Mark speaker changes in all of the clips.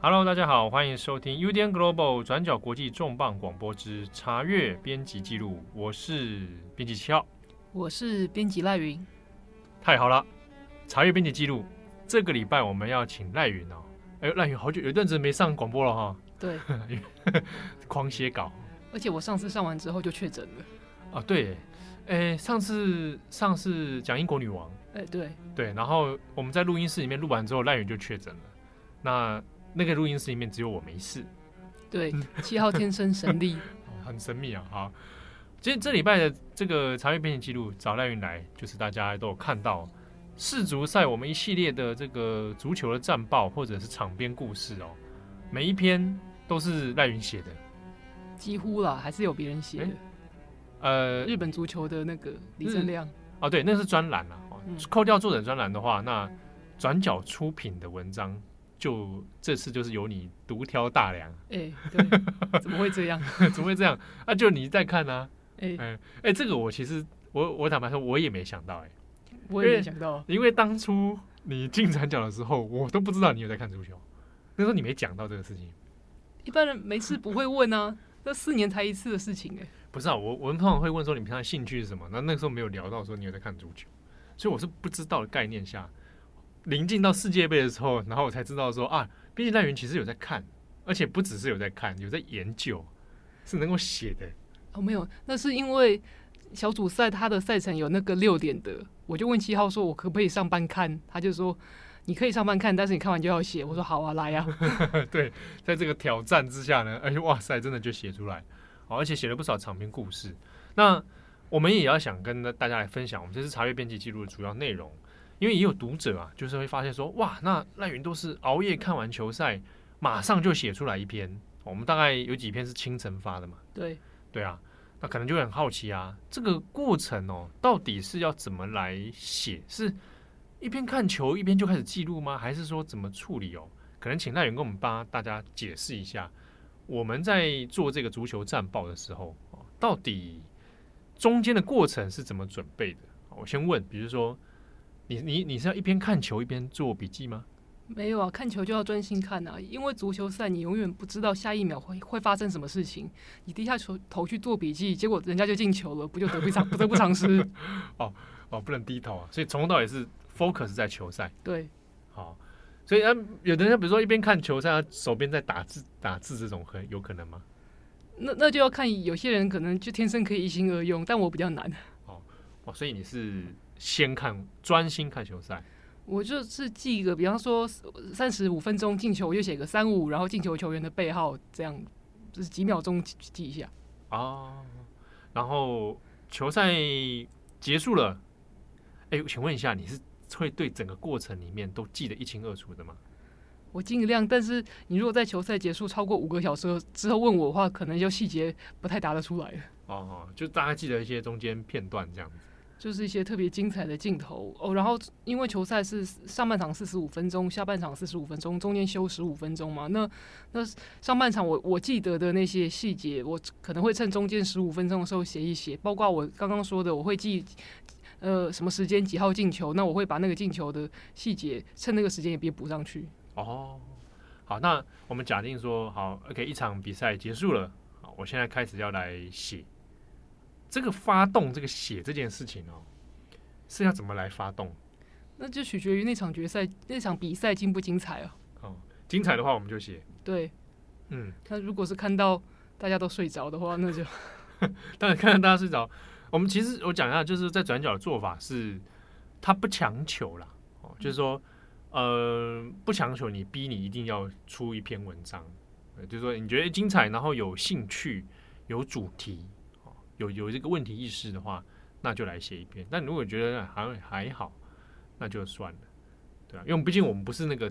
Speaker 1: Hello，大家好，欢迎收听 UDN Global 转角国际重磅广播之查阅编辑记录，我是编辑七号。
Speaker 2: 我是编辑赖云，
Speaker 1: 太好了，查阅编辑记录，这个礼拜我们要请赖云哦。哎，赖云好久有一阵子没上广播了哈、
Speaker 2: 对，
Speaker 1: 狂写稿
Speaker 2: 而且我上次上完之后就确诊了，
Speaker 1: 啊。对，哎，上次上次讲英国女王，
Speaker 2: 哎、对，
Speaker 1: 对，然后我们在录音室里面录完之后，赖云就确诊了。那那个录音室里面只有我没事，
Speaker 2: 对，七号天生神力，
Speaker 1: 哦很神秘啊。好，其实这礼拜的这个查阅编辑记录找赖云来，就是大家都有看到世足赛我们一系列的这个足球的战报或者是场边故事哦，每一篇都是赖云写的。
Speaker 2: 几乎啦，还是有别人写的。
Speaker 1: 呃，
Speaker 2: 日本足球的那个李正亮，
Speaker 1: 哦，对，那是专栏啦。哦
Speaker 2: 嗯
Speaker 1: 扣掉作者专栏的话，那转角出品的文章就这次就是由你独挑大梁，
Speaker 2: 哎、对，怎么会这样？
Speaker 1: 怎么会这样？啊，就你在看啊。
Speaker 2: 哎、
Speaker 1: 哎、这个我其实我我坦白说，我也没想到哎、
Speaker 2: 我也没想到，
Speaker 1: 因为当初你进转角的时候，我都不知道你有在看足球，那时候你没讲到这个事情。
Speaker 2: 一般人没事不会问啊，那四年才一次的事情、哎，
Speaker 1: 不是啊，我我们通常会问说你平常兴趣是什么，那那个时候没有聊到说你有在看足球，所以我是不知道的概念下，临近到世界杯的时候，然后我才知道说啊，编辑赖云其实有在看，而且不只是有在看，有在研究，是能够写的。
Speaker 2: 哦，没有，那是因为小组赛他的赛程有那个六点的，我就问七号说，我可不可以上班看？他就说。你可以上班看，但是你看完就要写。我说好啊，来啊，
Speaker 1: 对，在这个挑战之下呢，而且哇塞，真的就写出来，哦好，而且写了不少长篇故事。那我们也要想跟大家来分享我们这次查阅编辑记录的主要内容，因为也有读者啊，就是会发现说，哇，那赖云都是熬夜看完球赛，马上就写出来一篇。我们大概有几篇是清晨发的嘛，
Speaker 2: 对，
Speaker 1: 对啊，那可能就会很好奇啊，这个过程哦，到底是要怎么来写？是一边看球一边就开始记录吗？还是说怎么处理哦？可能请赖员跟我们帮大家解释一下，我们在做这个足球战报的时候，哦到底中间的过程是怎么准备的？哦我先问，比如说你你你是要一边看球一边做笔记吗？
Speaker 2: 没有啊，看球就要专心看啊，因为足球赛你永远不知道下一秒会会发生什么事情。你低下球头去做笔记，结果人家就进球了，不就得不偿不得不偿失？
Speaker 1: 哦，不能低头啊，所以从头到尾是 focus 在球赛。
Speaker 2: 对，
Speaker 1: 好，所以啊，有的人比如说一边看球赛，他手边在打字打字，这种很有可能吗？
Speaker 2: 那那就要看有些人可能就天生可以一心二用，但我比较难，
Speaker 1: 哦，所以你是先看专心看球赛，
Speaker 2: 我就是记一个，比方说三十五分钟进球，我就写个三五，然后进球球员的背号，这样就是几秒钟记记一下。
Speaker 1: 哦，然后球赛结束了，哎，请问一下，你是会对整个过程里面都记得一清二楚的吗？
Speaker 2: 我尽量，但是你如果在球赛结束超过五个小时之后问我的话，可能就细节不太答得出来了。
Speaker 1: 哦，就大概记得一些中间片段这样子。
Speaker 2: 就是一些特别精彩的镜头哦。然后因为球赛是上半场四十五分钟，下半场四十五分钟，中间休十五分钟嘛。那那上半场我我记得的那些细节，我可能会趁中间十五分钟的时候写一写，包括我刚刚说的，我会记。呃，什么时间几号进球？那我会把那个进球的细节，趁那个时间也别补上去。
Speaker 1: 哦，好，那我们假定说，好，OK，一场比赛结束了，好，我现在开始要来写这个发动这个写这件事情哦，是要怎么来发动？
Speaker 2: 那就取决于那场决赛、那场比赛精不精彩哦。
Speaker 1: 哦，精彩的话我们就写，
Speaker 2: 对，
Speaker 1: 嗯，
Speaker 2: 那如果是看到大家都睡着的话，那就
Speaker 1: 当然看看大家睡着。我们其实我讲一下，就是在转角的做法是，他不强求啦，哦，就是说，呃，不强求你逼你一定要出一篇文章，呃就是说你觉得精彩，然后有兴趣、有主题，哦，有有这个问题意识的话，那就来写一篇。但如果觉得好像还好，那就算了，对啊，因为毕竟我们不是那个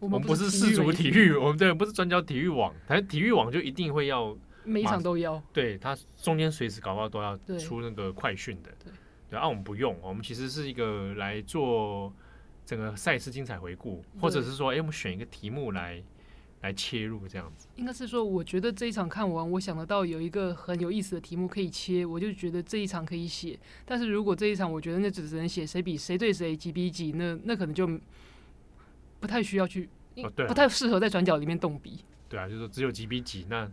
Speaker 2: 我
Speaker 1: 我们
Speaker 2: 们
Speaker 1: 不是
Speaker 2: 体育
Speaker 1: 世足
Speaker 2: 委
Speaker 1: 体育，我们对不是转角体育网，但是体育网就一定会要
Speaker 2: 每一场都要。
Speaker 1: 对他中间随时搞不好都要
Speaker 2: 对
Speaker 1: 出那个快讯的。
Speaker 2: 对，
Speaker 1: 对，啊，我们不用，我们其实是一个来做整个赛事精彩回顾，或者
Speaker 2: 对
Speaker 1: 是说，哎、我们选一个题目来来切入这样子。
Speaker 2: 应该是说，我觉得这一场看完，我想得到有一个很有意思的题目可以切，我就觉得这一场可以写。但是如果这一场，我觉得那只能写谁比谁对谁几比几，那那可能就不太需要去因
Speaker 1: 对啊
Speaker 2: 不太适合在转角里面动 笔，
Speaker 1: 对啊，就是说只有几比几，那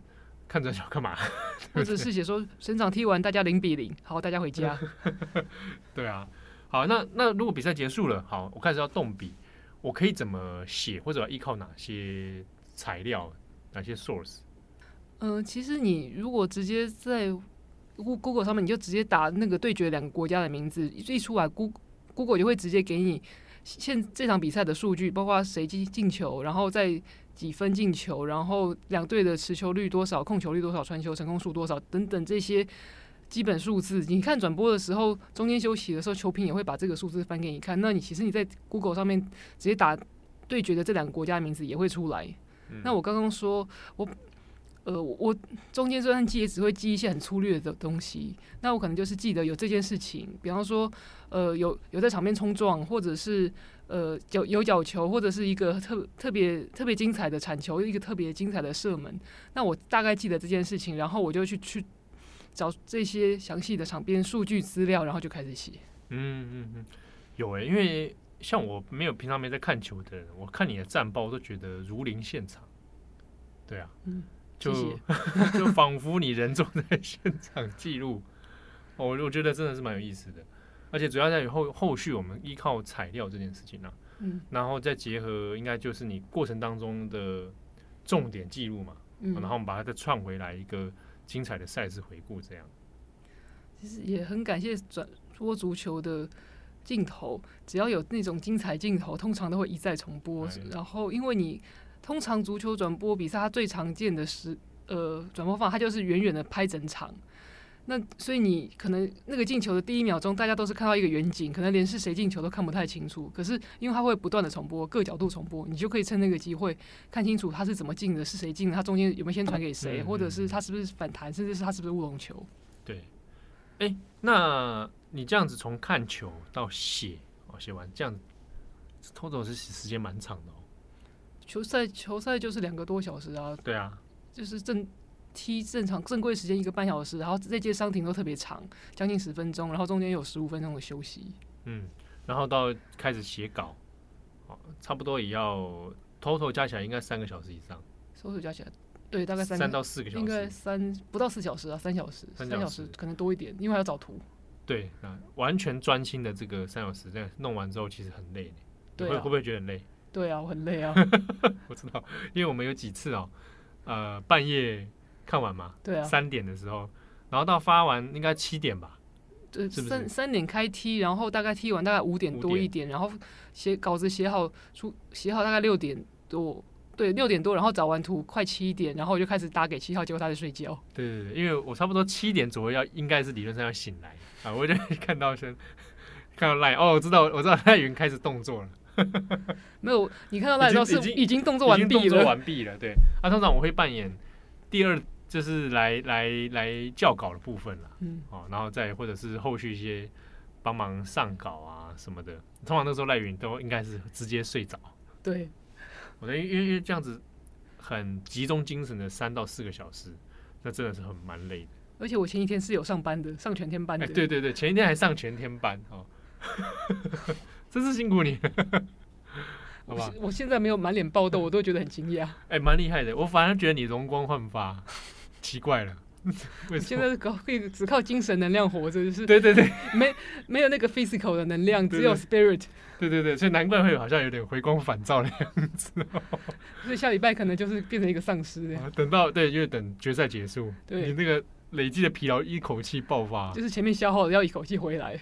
Speaker 1: 看转角干嘛？
Speaker 2: 或者是写说省长踢完大家零比零，好，大家回家。
Speaker 1: 对啊，好，那那如果比赛结束了，好，我开始要动笔，我可以怎么写，或者要依靠哪些材料、哪些 source？
Speaker 2: 嗯、其实你如果直接在 Goo- Google 上面，你就直接打那个对决两个国家的名字，一一出来，Goo- Google 就会直接给你现这场比赛的数据，包括谁进进球，然后再几分进球，然后两队的持球率多少、控球率多少、传球成功数多少等等这些。基本数字，你看转播的时候，中间休息的时候，球评也会把这个数字翻给你看。那你其实你在 Google 上面直接打对决的这两个国家的名字也会出来。
Speaker 1: 嗯
Speaker 2: 那我刚刚说，我呃，我我中间这段记也只会记一些很粗略的东西，那我可能就是记得有这件事情，比方说，呃，有有在场边冲撞，或者是呃有有角球，或者是一个特特别特别精彩的铲球，一个特别精彩的射门，那我大概记得这件事情，然后我就去去。找这些详细的场边数据资料，然后就开始写。
Speaker 1: 嗯嗯嗯，有诶、因为像我没有平常没在看球的人，我看你的战报都觉得如临现场。对啊，
Speaker 2: 嗯
Speaker 1: 就
Speaker 2: 谢
Speaker 1: 就仿佛你人坐在现场记录。哦我我觉得真的是蛮有意思的，而且主要在于后后续我们依靠材料这件事情啊，
Speaker 2: 嗯
Speaker 1: 然后再结合应该就是你过程当中的重点记录嘛，
Speaker 2: 嗯，
Speaker 1: 然后我们把它再串回来一个精彩的赛事回顾，这样。
Speaker 2: 其实也很感谢转播足球的镜头，只要有那种精彩镜头，通常都会一再重播
Speaker 1: 哎。
Speaker 2: 然后，因为你通常足球转播比赛，它最常见的是呃转播放，它就是远远的拍整场。那所以你可能那个进球的第一秒钟，大家都是看到一个远景，可能连是谁进球都看不太清楚。可是因为它会不断的重播，各角度重播，你就可以趁那个机会看清楚他是怎么进的，是谁进的，他中间有没有先传给谁，
Speaker 1: 嗯
Speaker 2: 或者
Speaker 1: 嗯
Speaker 2: 是他是不是反弹，甚至是他是不是乌龙球。
Speaker 1: 对，哎，那你这样子从看球到写，哦，写完这样子，total 是时间蛮长的哦。
Speaker 2: 球赛球赛就是两个多小时啊，
Speaker 1: 对啊，
Speaker 2: 就是正踢正常正规时间一个半小时，然后这届伤停都特别长，将近十分钟，然后中间有十五分钟的休息。
Speaker 1: 嗯，然后到开始写稿，哦，差不多也要 total 加起来应该三个小时以上，
Speaker 2: 收拾加起来，对，大概三
Speaker 1: 三到四个小
Speaker 2: 应该
Speaker 1: 时。
Speaker 2: 三不到四小时啊，三小时，
Speaker 1: 三
Speaker 2: 三
Speaker 1: 小时
Speaker 2: 小时可能多一点，因为还要找图。
Speaker 1: 对，那完全专心的这个三小时，这样弄完之后其实很累呢。你
Speaker 2: 对
Speaker 1: 会
Speaker 2: 啊
Speaker 1: 会不会觉得很累？
Speaker 2: 对啊，我很累啊，
Speaker 1: 我知道，因为我们有几次哦，呃，半夜看完嘛，
Speaker 2: 对啊，
Speaker 1: 三点的时候，然后到发完应该七点吧，
Speaker 2: 呃
Speaker 1: 是不是
Speaker 2: 三三点开踢，然后大概踢完大概五点
Speaker 1: 5
Speaker 2: 多一点，然后写稿子写好出写好大概六点多，对，六点多，然后找完图快七点，然后我就开始打给七号，结果他在睡觉。
Speaker 1: 对对对，因为我差不多七点左右要，应该是理论上要醒来啊，我就看到先 看到赖哦，我知道我知道赖云开始动作了，
Speaker 2: 没有，你看到那里都是
Speaker 1: 已经
Speaker 2: 已经动作
Speaker 1: 已
Speaker 2: 完
Speaker 1: 经
Speaker 2: 毕
Speaker 1: 动作
Speaker 2: 了。
Speaker 1: 完毕了，对。啊，通常我会扮演第二，就是来来来校稿的部分啦，
Speaker 2: 嗯，
Speaker 1: 哦，然后再或者是后续一些帮忙上稿啊什么的，通常那时候赖云都应该是直接睡着，
Speaker 2: 对，
Speaker 1: 我觉得因为因为这样子很集中精神的三到四个小时，那真的是很蛮累的。
Speaker 2: 而且我前一天是有上班的，上全天班
Speaker 1: 哎，
Speaker 2: 的。
Speaker 1: 对对对，前一天还上全天班哦， 真是辛苦你了，好
Speaker 2: 我
Speaker 1: 吧嗯
Speaker 2: 是，？我现在没有满脸爆痘，我都觉得很惊讶。
Speaker 1: 哎，蛮厉害的，我反而觉得你容光焕发，奇怪了， 为什
Speaker 2: 现
Speaker 1: 么？
Speaker 2: 在靠可以只靠精神能量活着，就是
Speaker 1: 对对对
Speaker 2: 没没有那个 physical 的能量，
Speaker 1: 对
Speaker 2: 只有 spirit。
Speaker 1: 对对对，所以难怪会好像有点回光返照的样子。
Speaker 2: 所以下礼拜可能就是变成一个丧尸这样，
Speaker 1: 等到对，因为等决赛结束，
Speaker 2: 对
Speaker 1: 你那个累积的疲劳一口气爆发
Speaker 2: 就。是前面消耗的要一口气回来。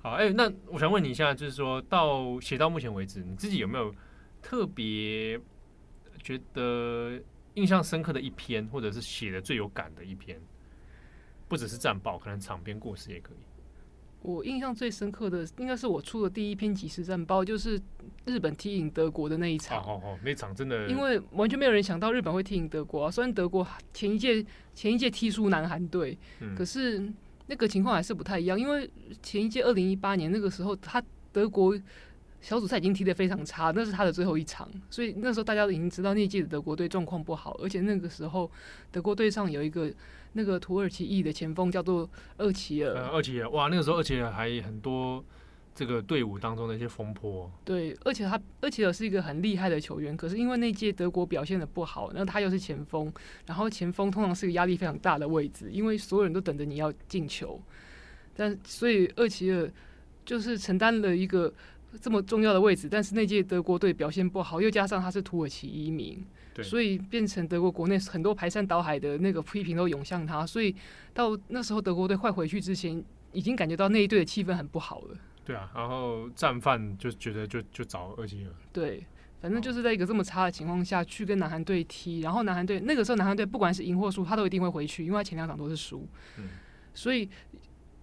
Speaker 1: 好，哎、那我想问你一下，就是说到写到目前为止，你自己有没有特别觉得印象深刻的一篇，或者是写的最有感的一篇？不只是战报，可能场边故事也可以。
Speaker 2: 我印象最深刻的应该是我出的第一篇即时战报，就是日本踢赢德国的那一
Speaker 1: 哦
Speaker 2: 场。
Speaker 1: 哦哦，那场真的，
Speaker 2: 因为完全没有人想到日本会踢赢德国啊。虽然德国前一届前一届踢输南韩队，
Speaker 1: 嗯
Speaker 2: 可是那个情况还是不太一样，因为前一届二零一八年那个时候，他德国小组赛已经踢得非常差，那是他的最后一场，所以那时候大家已经知道那一届的德国队状况不好，而且那个时候德国队上有一个那个土耳其裔的前锋叫做厄齐尔，
Speaker 1: 呃，二姐哇，那个时候二姐还很多这个队伍当中的一些风波。
Speaker 2: 对，而且他而且尔是一个很厉害的球员，可是因为那届德国表现的不好，然后他又是前锋，然后前锋通常是个压力非常大的位置，因为所有人都等着你要进球，但所以厄齐尔就是承担了一个这么重要的位置，但是那届德国队表现不好，又加上他是土耳其移民，
Speaker 1: 对
Speaker 2: 所以变成德国国内很多排山倒海的那个批评都涌向他，所以到那时候德国队快回去之前，已经感觉到那一队的气氛很不好了。
Speaker 1: 对啊，然后战犯就觉得就就找厄齐尔，
Speaker 2: 对，反正就是在一个这么差的情况下去跟南韩队踢，然后南韩队那个时候南韩队不管是赢或输，他都一定会回去，因为他前两场都是输，
Speaker 1: 嗯
Speaker 2: 所以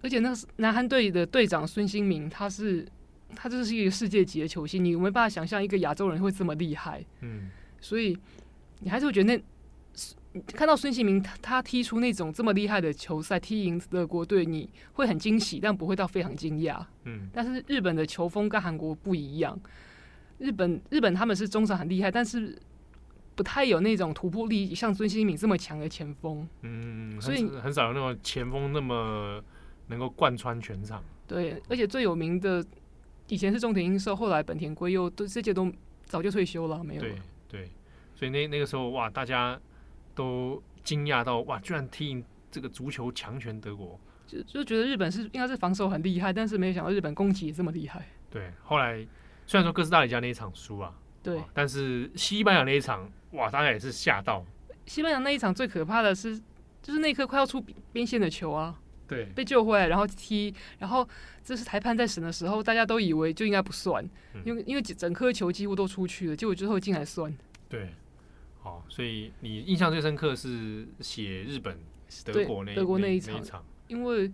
Speaker 2: 而且那个是南韩队的队长孙兴民，他是他就是一个世界级的球星，你没办法想象一个亚洲人会这么厉害，
Speaker 1: 嗯，
Speaker 2: 所以你还是会觉得那。看到孙兴民他他踢出那种这么厉害的球赛，踢赢德国队，你会很惊喜，但不会到非常惊讶。
Speaker 1: 嗯，
Speaker 2: 但是日本的球风跟韩国不一样，日本日本他们是中场很厉害，但是不太有那种突破力，像孙兴敏这么强的前锋。
Speaker 1: 嗯，很
Speaker 2: 所以
Speaker 1: 很少有那种前锋那么能够贯穿全场。
Speaker 2: 对，而且最有名的以前是中田英寿，后来本田圭佑，都这些都早就退休了，没有了
Speaker 1: 对。对，所以那那个时候哇，大家都惊讶到哇，居然踢赢这个足球强权德国。
Speaker 2: 就就觉得日本是应该是防守很厉害，但是没有想到日本攻击也这么厉害。
Speaker 1: 对，后来虽然说哥斯达黎加那一场输啊，
Speaker 2: 对
Speaker 1: 哦，但是西班牙那一场哇，大家也是吓到。
Speaker 2: 西班牙那一场最可怕的是，就是那颗快要出边线的球啊，
Speaker 1: 对，
Speaker 2: 被救回来，然后踢，然后这是裁判在审的时候，大家都以为就应该不算，
Speaker 1: 嗯
Speaker 2: 因为因为整颗球几乎都出去了，结果最后进来算。
Speaker 1: 对，好，所以你印象最深刻是写日本德
Speaker 2: 对
Speaker 1: 国那
Speaker 2: 德国
Speaker 1: 那
Speaker 2: 那一
Speaker 1: 场，
Speaker 2: 场因为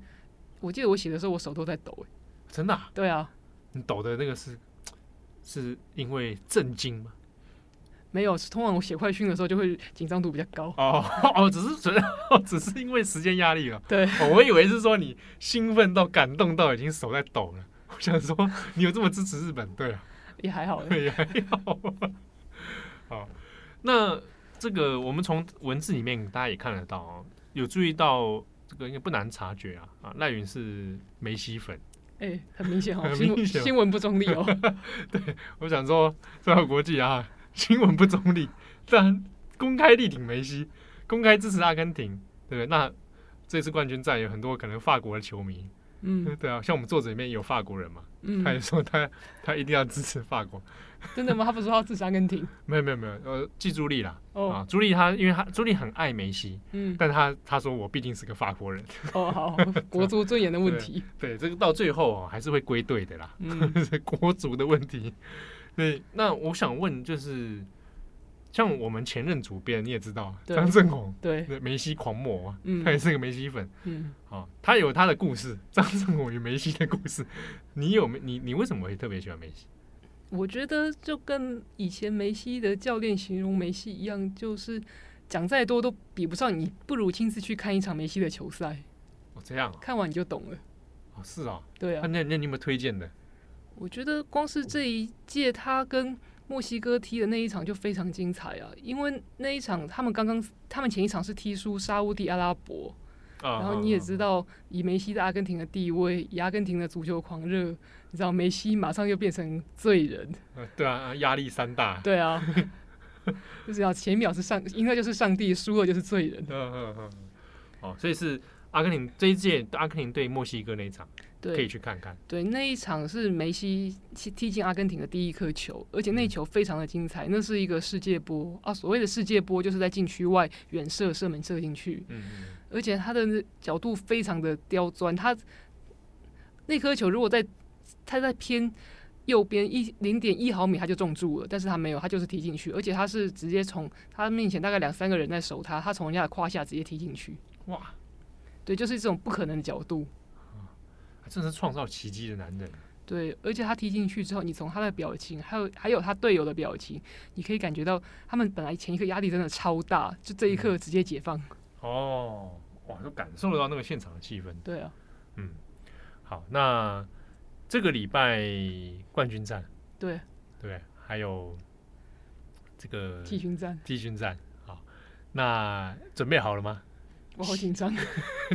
Speaker 2: 我记得我写的时候，我手都在抖、欸
Speaker 1: 真的啊、
Speaker 2: 对啊，
Speaker 1: 你抖的那个是是因为震惊吗？
Speaker 2: 没有，通常我写快讯的时候就会紧张度比较高。
Speaker 1: 哦 哦，只是纯 只是因为时间压力啊。
Speaker 2: 对
Speaker 1: 哦我以为是说你兴奋到感动到已经手在抖了。我想说，你有这么支持日本队啊？
Speaker 2: 也还好、欸
Speaker 1: 对呀，要好，那这个我们从文字里面大家也看得到哦，有注意到这个应该不难察觉啊啊，赖云是梅西粉。
Speaker 2: 哎、很明显哦、
Speaker 1: 很
Speaker 2: 新
Speaker 1: 明
Speaker 2: 闻
Speaker 1: 显哦
Speaker 2: 新闻不中立 哦、
Speaker 1: 我想说，中华国际啊，新闻不中立，但公开力挺梅西，公开支持阿根廷，对不对？那这次冠军战有很多可能法国的球迷，
Speaker 2: 嗯
Speaker 1: 对啊，像我们作者里面有法国人嘛，他也
Speaker 2: 嗯，
Speaker 1: 说他他一定要支持法国，
Speaker 2: 真的吗？他不是说要自杀跟停
Speaker 1: 没有没有没有，呃，记朱莉啦，
Speaker 2: 哦，
Speaker 1: 啊，朱莉她因为她朱莉很爱梅西，
Speaker 2: 嗯，
Speaker 1: 但她她说我毕竟是个法国人，
Speaker 2: 哦，好，国足尊严的问题，
Speaker 1: 对，这个到最后哦还是会归队的啦，
Speaker 2: 嗯，
Speaker 1: 是国足的问题。对，那我想问就是，像我们前任主编你也知道，啊
Speaker 2: 对
Speaker 1: 张正宏，
Speaker 2: 对，
Speaker 1: 对梅西狂魔啊，
Speaker 2: 嗯
Speaker 1: 他也是个梅西粉
Speaker 2: 嗯，
Speaker 1: 啊、哦他有他的故事，张正宏与梅西的故事。你有没你你为什么会特别喜欢梅西？
Speaker 2: 我觉得就跟以前梅西的教练形容梅西一样，就是讲再多都比不上你，不如亲自去看一场梅西的球赛，
Speaker 1: 哦，这样啊
Speaker 2: 看完你就懂了。
Speaker 1: 哦，是啊，
Speaker 2: 对
Speaker 1: 啊
Speaker 2: 啊，
Speaker 1: 那那你有没有推荐的？
Speaker 2: 我觉得光是这一届他跟墨西哥踢的那一场就非常精彩啊，因为那一场他们刚刚他们前一场是踢输沙乌地阿拉伯，
Speaker 1: 啊，
Speaker 2: 然后你也
Speaker 1: 道，
Speaker 2: 知道以梅西在阿根廷的地位，以阿根廷的足球狂热，你知道梅西马上又变成罪人。
Speaker 1: 呃对啊，压力山大，
Speaker 2: 对啊， 就是要前一秒是上，赢了就是上帝，输了就是罪人。
Speaker 1: 嗯嗯嗯，哦，所以是阿根廷这一届阿根廷对墨西哥那一场可以
Speaker 2: 对
Speaker 1: 去看看，
Speaker 2: 对，那一场是梅西踢踢进阿根廷的第一颗球，而且
Speaker 1: 嗯
Speaker 2: 那球非常的精彩，那是一个世界波啊。所谓的世界波就是在禁区外远射射门射进去，
Speaker 1: 嗯嗯，
Speaker 2: 而且他的角度非常的刁钻，他那颗球如果在他在偏。右边一零点一毫米，他就中柱了，但是他没有，他就是踢进去，而且他是直接从他面前大概两三个人在守他，他从人家的胯下直接踢进去。
Speaker 1: 嗯哇，
Speaker 2: 对，就是这种不可能的角度。
Speaker 1: 他啊真是创造奇迹的男人，
Speaker 2: 对，而且他踢进去之后，你从他的表情，还有还有他队友的表情，你可以感觉到他们本来前一刻压力真的超大，就这一刻直接解放。
Speaker 1: 哦，哇，就感受得到那个现场的气氛。
Speaker 2: 对啊，
Speaker 1: 嗯，好，那这个礼拜冠军战，
Speaker 2: 对，
Speaker 1: 对，还有这个
Speaker 2: 季军战，
Speaker 1: 季军战，好，那准备好了吗？
Speaker 2: 我 好紧张，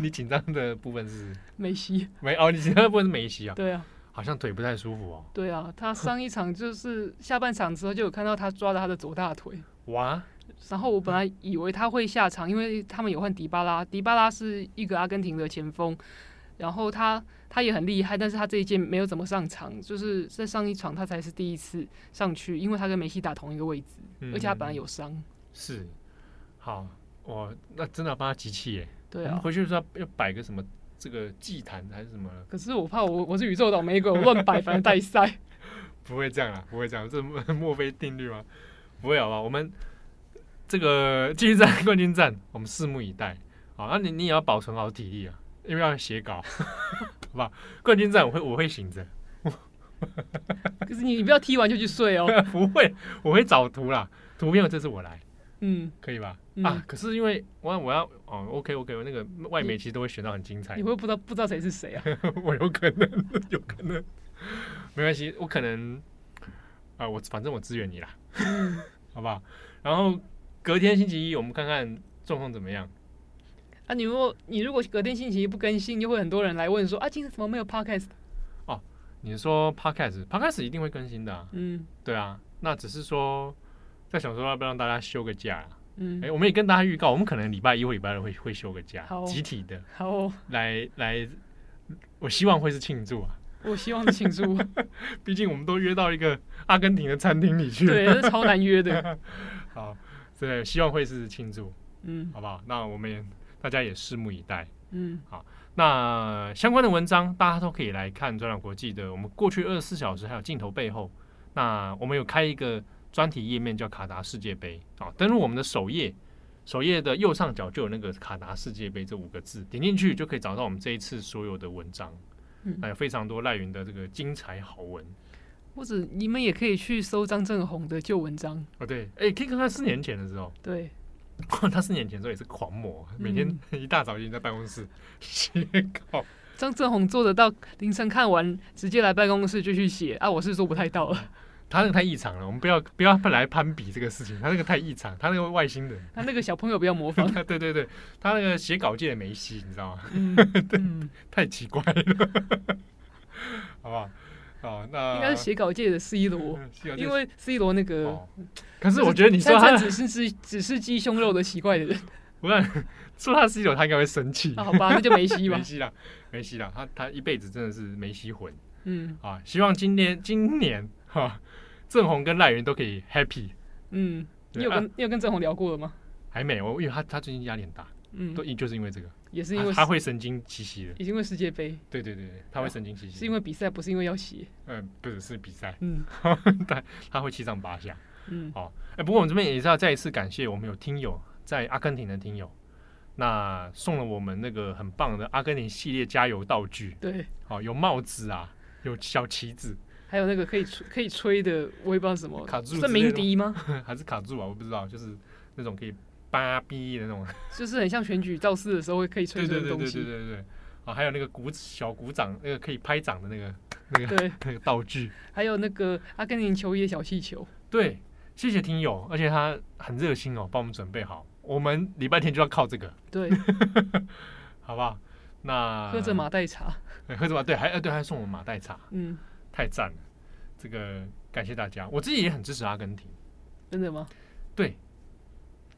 Speaker 1: 你紧张的部分是
Speaker 2: 梅西。
Speaker 1: 梅哦，你紧张的部分是梅西啊。
Speaker 2: 对啊，
Speaker 1: 好像腿不太舒服哦。
Speaker 2: 对啊，他上一场就是下半场之后就有看到他抓到他的左大腿，
Speaker 1: 哇，
Speaker 2: 然后我本来以为他会下场，因为他们有换迪巴拉，迪巴拉是一个阿根廷的前锋，然后他他也很厉害，但是他这一届没有怎么上场，就是在上一场他才是第一次上去，因为他跟梅西打同一个位置，
Speaker 1: 嗯
Speaker 2: 而且他本来有伤。
Speaker 1: 是好，我那真的要帮他集气耶。
Speaker 2: 对
Speaker 1: 我们
Speaker 2: 啊，
Speaker 1: 回去是要要摆个什么这个祭坛还是什么？
Speaker 2: 可是我怕我我是宇宙倒霉鬼，我乱摆反而带赛。
Speaker 1: 不会这样啊啦，不会这样， 这莫莫非定律吗？不会好吧？我们这个 继续战冠军战，我们拭目以待。好，那你你也要保存好体力啊，因为要写稿， 好吧？冠军战我会我会醒着，
Speaker 2: 可是你你不要踢完就去睡哦。
Speaker 1: 不会，我会找图啦，图片这次我来，
Speaker 2: 嗯，
Speaker 1: 可以吧？
Speaker 2: 嗯
Speaker 1: 啊，可是因为我我要哦，OK OK，那个外媒其实都会选到很精彩
Speaker 2: 你，会不知道不知道谁是谁啊？
Speaker 1: 我有可能，有可能，没关系，我可能啊、我反正我支援你啦，
Speaker 2: 嗯
Speaker 1: 好不好？然后隔天星期一，我们看看状况怎么样。
Speaker 2: 啊，你如果你如果隔天星期一不更新，就会很多人来问说啊，今天怎么没有 podcast？
Speaker 1: 你说 podcast，podcast 一定会更新的、啊，
Speaker 2: 嗯
Speaker 1: 对啊。那只是说在想说要不要让大家休个假、啊。
Speaker 2: 嗯
Speaker 1: 哎、，我们也跟大家预告，我们可能礼拜一或礼拜二会会休个假
Speaker 2: 好，
Speaker 1: 集体的
Speaker 2: 好、哦，
Speaker 1: 来来，我希望会是庆祝啊。
Speaker 2: 我希望是庆祝。
Speaker 1: 毕竟我们都约到一个阿根廷的餐厅里去了。
Speaker 2: 对，这超难 约的。
Speaker 1: 好，对，希望会是庆祝，
Speaker 2: 嗯
Speaker 1: 好不好？那我们也大家也拭目以待。
Speaker 2: 嗯，
Speaker 1: 那相关的文章大家都可以来看转转国际的，我们过去二十四小时还有镜头背后，那我们有开一个专题页面叫卡达世界杯，好，登录我们的首页。首页的右上角就有那个卡达世界杯这五个字，点进去就可以找到我们这一次所有的文章
Speaker 2: 嗯，
Speaker 1: 那有非常多赖云的这个精彩好文
Speaker 2: 或者你们也可以去搜张正宏的旧文章。
Speaker 1: 哦。对，哎、可以看看四年前的时候，
Speaker 2: 对，
Speaker 1: 他四年前的时候也是狂魔，每天一大早就已经在办公室写稿。
Speaker 2: 张正宏做得到凌晨看完，直接来办公室就去写啊，我是做不太到了。
Speaker 1: 他那个太异常了，我们不要不要来攀比这个事情，他那个太异常，他那个外星人，
Speaker 2: 他那个小朋友不要模 仿。
Speaker 1: 对对对，他那个写稿界的梅西，你知道吗？
Speaker 2: 嗯嗯，
Speaker 1: 太奇怪了， 好不好？哦，那
Speaker 2: 应该是写稿界的 C 罗，
Speaker 1: 嗯写稿界
Speaker 2: 因为 C 罗那个。
Speaker 1: 哦，可是我觉得你说
Speaker 2: 他
Speaker 1: 他，
Speaker 2: 只是只只是鸡胸肉的奇怪的人，
Speaker 1: 我看说他 C 罗，他应该会生气
Speaker 2: 啊、。好吧，那就梅西吧
Speaker 1: 梅。西啦，梅西啦，他他一辈子真的是梅西魂。
Speaker 2: 嗯
Speaker 1: 啊，希望今天今年哈、郑红跟赖云都可以 happy。
Speaker 2: 嗯，你
Speaker 1: 对
Speaker 2: 有跟、
Speaker 1: 啊
Speaker 2: 你有跟郑红聊过了吗？
Speaker 1: 还没我，因为他他最近压力很大，
Speaker 2: 嗯
Speaker 1: 都，因就是因为这个，
Speaker 2: 也是因
Speaker 1: 他
Speaker 2: 为
Speaker 1: 啊他会神经兮兮的。
Speaker 2: 也是因为世界杯，
Speaker 1: 对对对对，他会神经兮兮。
Speaker 2: 是因为比赛，不是因为要写。
Speaker 1: 呃不是是比赛，
Speaker 2: 嗯
Speaker 1: 他他会七上八下。
Speaker 2: 嗯
Speaker 1: 哎、不过我们这边也是要再一次感谢我们有听友在阿根廷的听友，那送了我们那个很棒的阿根廷系列加油道具，
Speaker 2: 对，
Speaker 1: 好、有帽子啊，有小旗子，
Speaker 2: 还有那个可以吹可以吹的，我也不知道什么
Speaker 1: 卡住
Speaker 2: 是
Speaker 1: 之类的
Speaker 2: 鸣笛吗？
Speaker 1: 还是卡住啊，我不知道，就是那种可以叭逼的那种。
Speaker 2: 就是很像选举造势的时候会可以吹
Speaker 1: 对
Speaker 2: 这
Speaker 1: 对
Speaker 2: 种
Speaker 1: 对
Speaker 2: 东
Speaker 1: 对对
Speaker 2: 西。
Speaker 1: 对对。啊，还有那个鼓小鼓掌，那个可以拍掌的那个那个
Speaker 2: 对，
Speaker 1: 那个道具，
Speaker 2: 还有那个阿根廷球衣的小气球，
Speaker 1: 对，谢谢听友，而且他很热心哦，帮我们准备好。我们礼拜天就要靠这个，
Speaker 2: 对，
Speaker 1: 好不好？那
Speaker 2: 喝着马黛茶，
Speaker 1: 哎， 喝着嘛，对，还呃对，还送我们马黛茶，
Speaker 2: 嗯，
Speaker 1: 太赞了！这个感谢大家，我自己也很支持阿根廷。
Speaker 2: 真的吗？
Speaker 1: 对，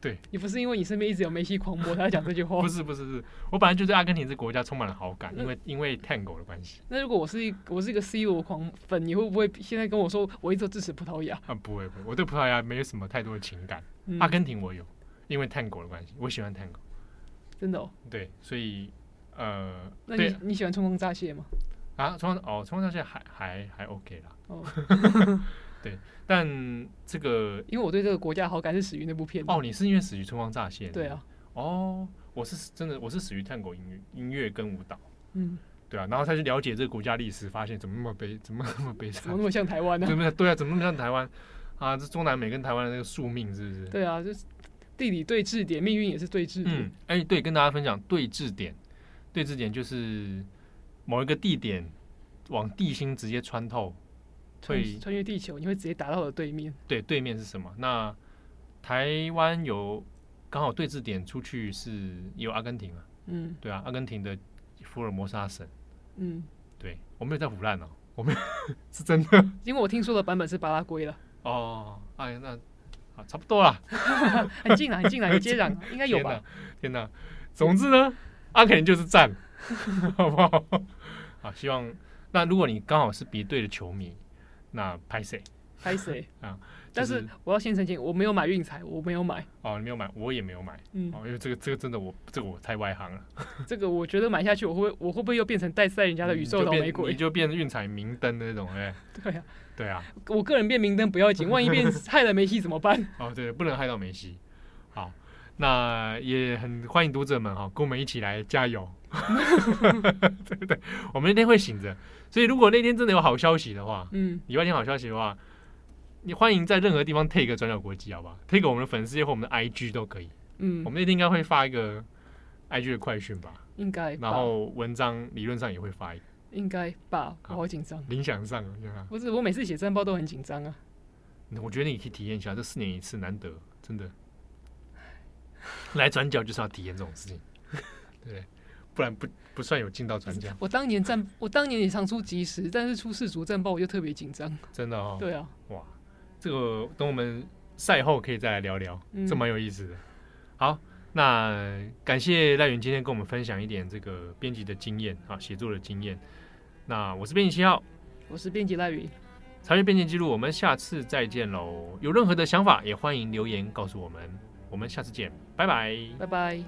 Speaker 1: 对，
Speaker 2: 你不是因为你身边一直有梅西狂魔，才讲这句话
Speaker 1: 不？是不是不是，我本来就对阿根廷这个国家充满了好
Speaker 2: 嗯
Speaker 1: 感，因为因为 Tango 的关系
Speaker 2: 那如果我是一我是一个 C 罗狂粉，你会不会现在跟我说我一直都支持葡萄牙？
Speaker 1: 啊，不会不会，我对葡萄牙没有什么太多的情感，
Speaker 2: 嗯
Speaker 1: 阿根廷我有，因为 Tango 的关系，我喜欢 Tango，
Speaker 2: 真的哦？
Speaker 1: 对，所以呃，
Speaker 2: 那
Speaker 1: 对
Speaker 2: 你你喜欢冲锋乍泄吗？
Speaker 1: 啊，冲哦冲上去还还还 OK 啦，
Speaker 2: 哦，
Speaker 1: 但这个
Speaker 2: 因为我对这个国家好感是始于那部片。
Speaker 1: 哦，你是因为死于春光乍泄？
Speaker 2: 对啊，，
Speaker 1: 哦，我是真的，我是死于探戈音乐音乐跟舞蹈，
Speaker 2: 嗯，
Speaker 1: 对啊，然后才去了解这个国家历史，发现怎么那么悲，怎么那么悲
Speaker 2: 怎么
Speaker 1: 惨，
Speaker 2: 那么像台湾呢、
Speaker 1: 对不对？对啊， 怎么那么像台湾啊？这中南美跟台湾的那个宿命是不是？
Speaker 2: 对啊，就是地理对峙点，命运也是对峙点。
Speaker 1: 嗯，哎、对，跟大家分享对峙点，对峙点就是某一个地点往地心直接穿透，
Speaker 2: 穿
Speaker 1: 会
Speaker 2: 穿越地球，你会直接打到我的对面。
Speaker 1: 对，对面是什么？那台湾有刚好对峙点出去是有阿根廷啊，
Speaker 2: 嗯
Speaker 1: 对啊，阿根廷的福尔摩沙省，
Speaker 2: 嗯，
Speaker 1: 对我没有在胡乱哦， 我们是真的
Speaker 2: 因为我听说的版本是巴拉圭了，
Speaker 1: 哦。哎，那啊，差不多啦。
Speaker 2: 很近了，很近 了，有接壤，应该有
Speaker 1: 天
Speaker 2: 吧
Speaker 1: 哪？？天哪！总之呢，阿肯就是赞， 好不好？好，希望那如果你刚好是别队的球迷，那拍谁？
Speaker 2: 拍谁
Speaker 1: 啊？
Speaker 2: 但
Speaker 1: 就是
Speaker 2: 是我要先澄清，我没有买运彩，我没有买。
Speaker 1: 哦，你没有买，我也没有买。
Speaker 2: 嗯，
Speaker 1: 哦，因为这个这个真的我这个我太外行了，
Speaker 2: 这个我觉得买下去，我会我会不会又变成带赛人家的宇
Speaker 1: 你
Speaker 2: 宙
Speaker 1: 就
Speaker 2: 倒
Speaker 1: 变
Speaker 2: 霉
Speaker 1: 你
Speaker 2: 鬼？
Speaker 1: 就变运彩明灯的那种，哎，
Speaker 2: 对啊，
Speaker 1: 对啊，
Speaker 2: 我个人变明灯不要紧，万一变害了梅西怎么办？
Speaker 1: 哦对，不能害到梅西。好，那也很欢迎读者们哈、跟我们一起来加油， 对不对？我们那天会醒着，所以如果那天真的有好消息的话，
Speaker 2: 嗯，
Speaker 1: 礼拜天好消息的话，你欢迎在任何地方 take 转角国际，好不好？take 我们的粉丝页或我们的 IG 都可以。
Speaker 2: 嗯
Speaker 1: 我，们那天应该会发一个 IG 的快讯吧，
Speaker 2: 应该
Speaker 1: 然
Speaker 2: 吧，
Speaker 1: 后文章理论上也会发一个，
Speaker 2: 应该吧，我
Speaker 1: 好
Speaker 2: 好紧张。
Speaker 1: 铃响上啊，对吧？
Speaker 2: 不是，我每次写战报都很紧张啊。
Speaker 1: 我觉得你可以体验一下，这四年一次，难得，真的。来转角就是要体验这种事情， 对不对，不然不不算有进到转角，
Speaker 2: 我当年 战，我当年也常出即时，但是出世足战报我就特别紧张。
Speaker 1: 真的哦。
Speaker 2: 对啊，
Speaker 1: 哇，这个等我们赛后可以再来聊聊，
Speaker 2: 嗯
Speaker 1: 这蛮有意思的。好，那感谢赖云今天跟我们分享一点这个编辑的经验啊，写作的经验。那我是编辑七号，
Speaker 2: 我是编辑赖云，
Speaker 1: 查阅编辑记录，我们下次再见喽。有任何的想法也欢迎留言告诉我们，我们下次见，拜拜。
Speaker 2: 拜拜。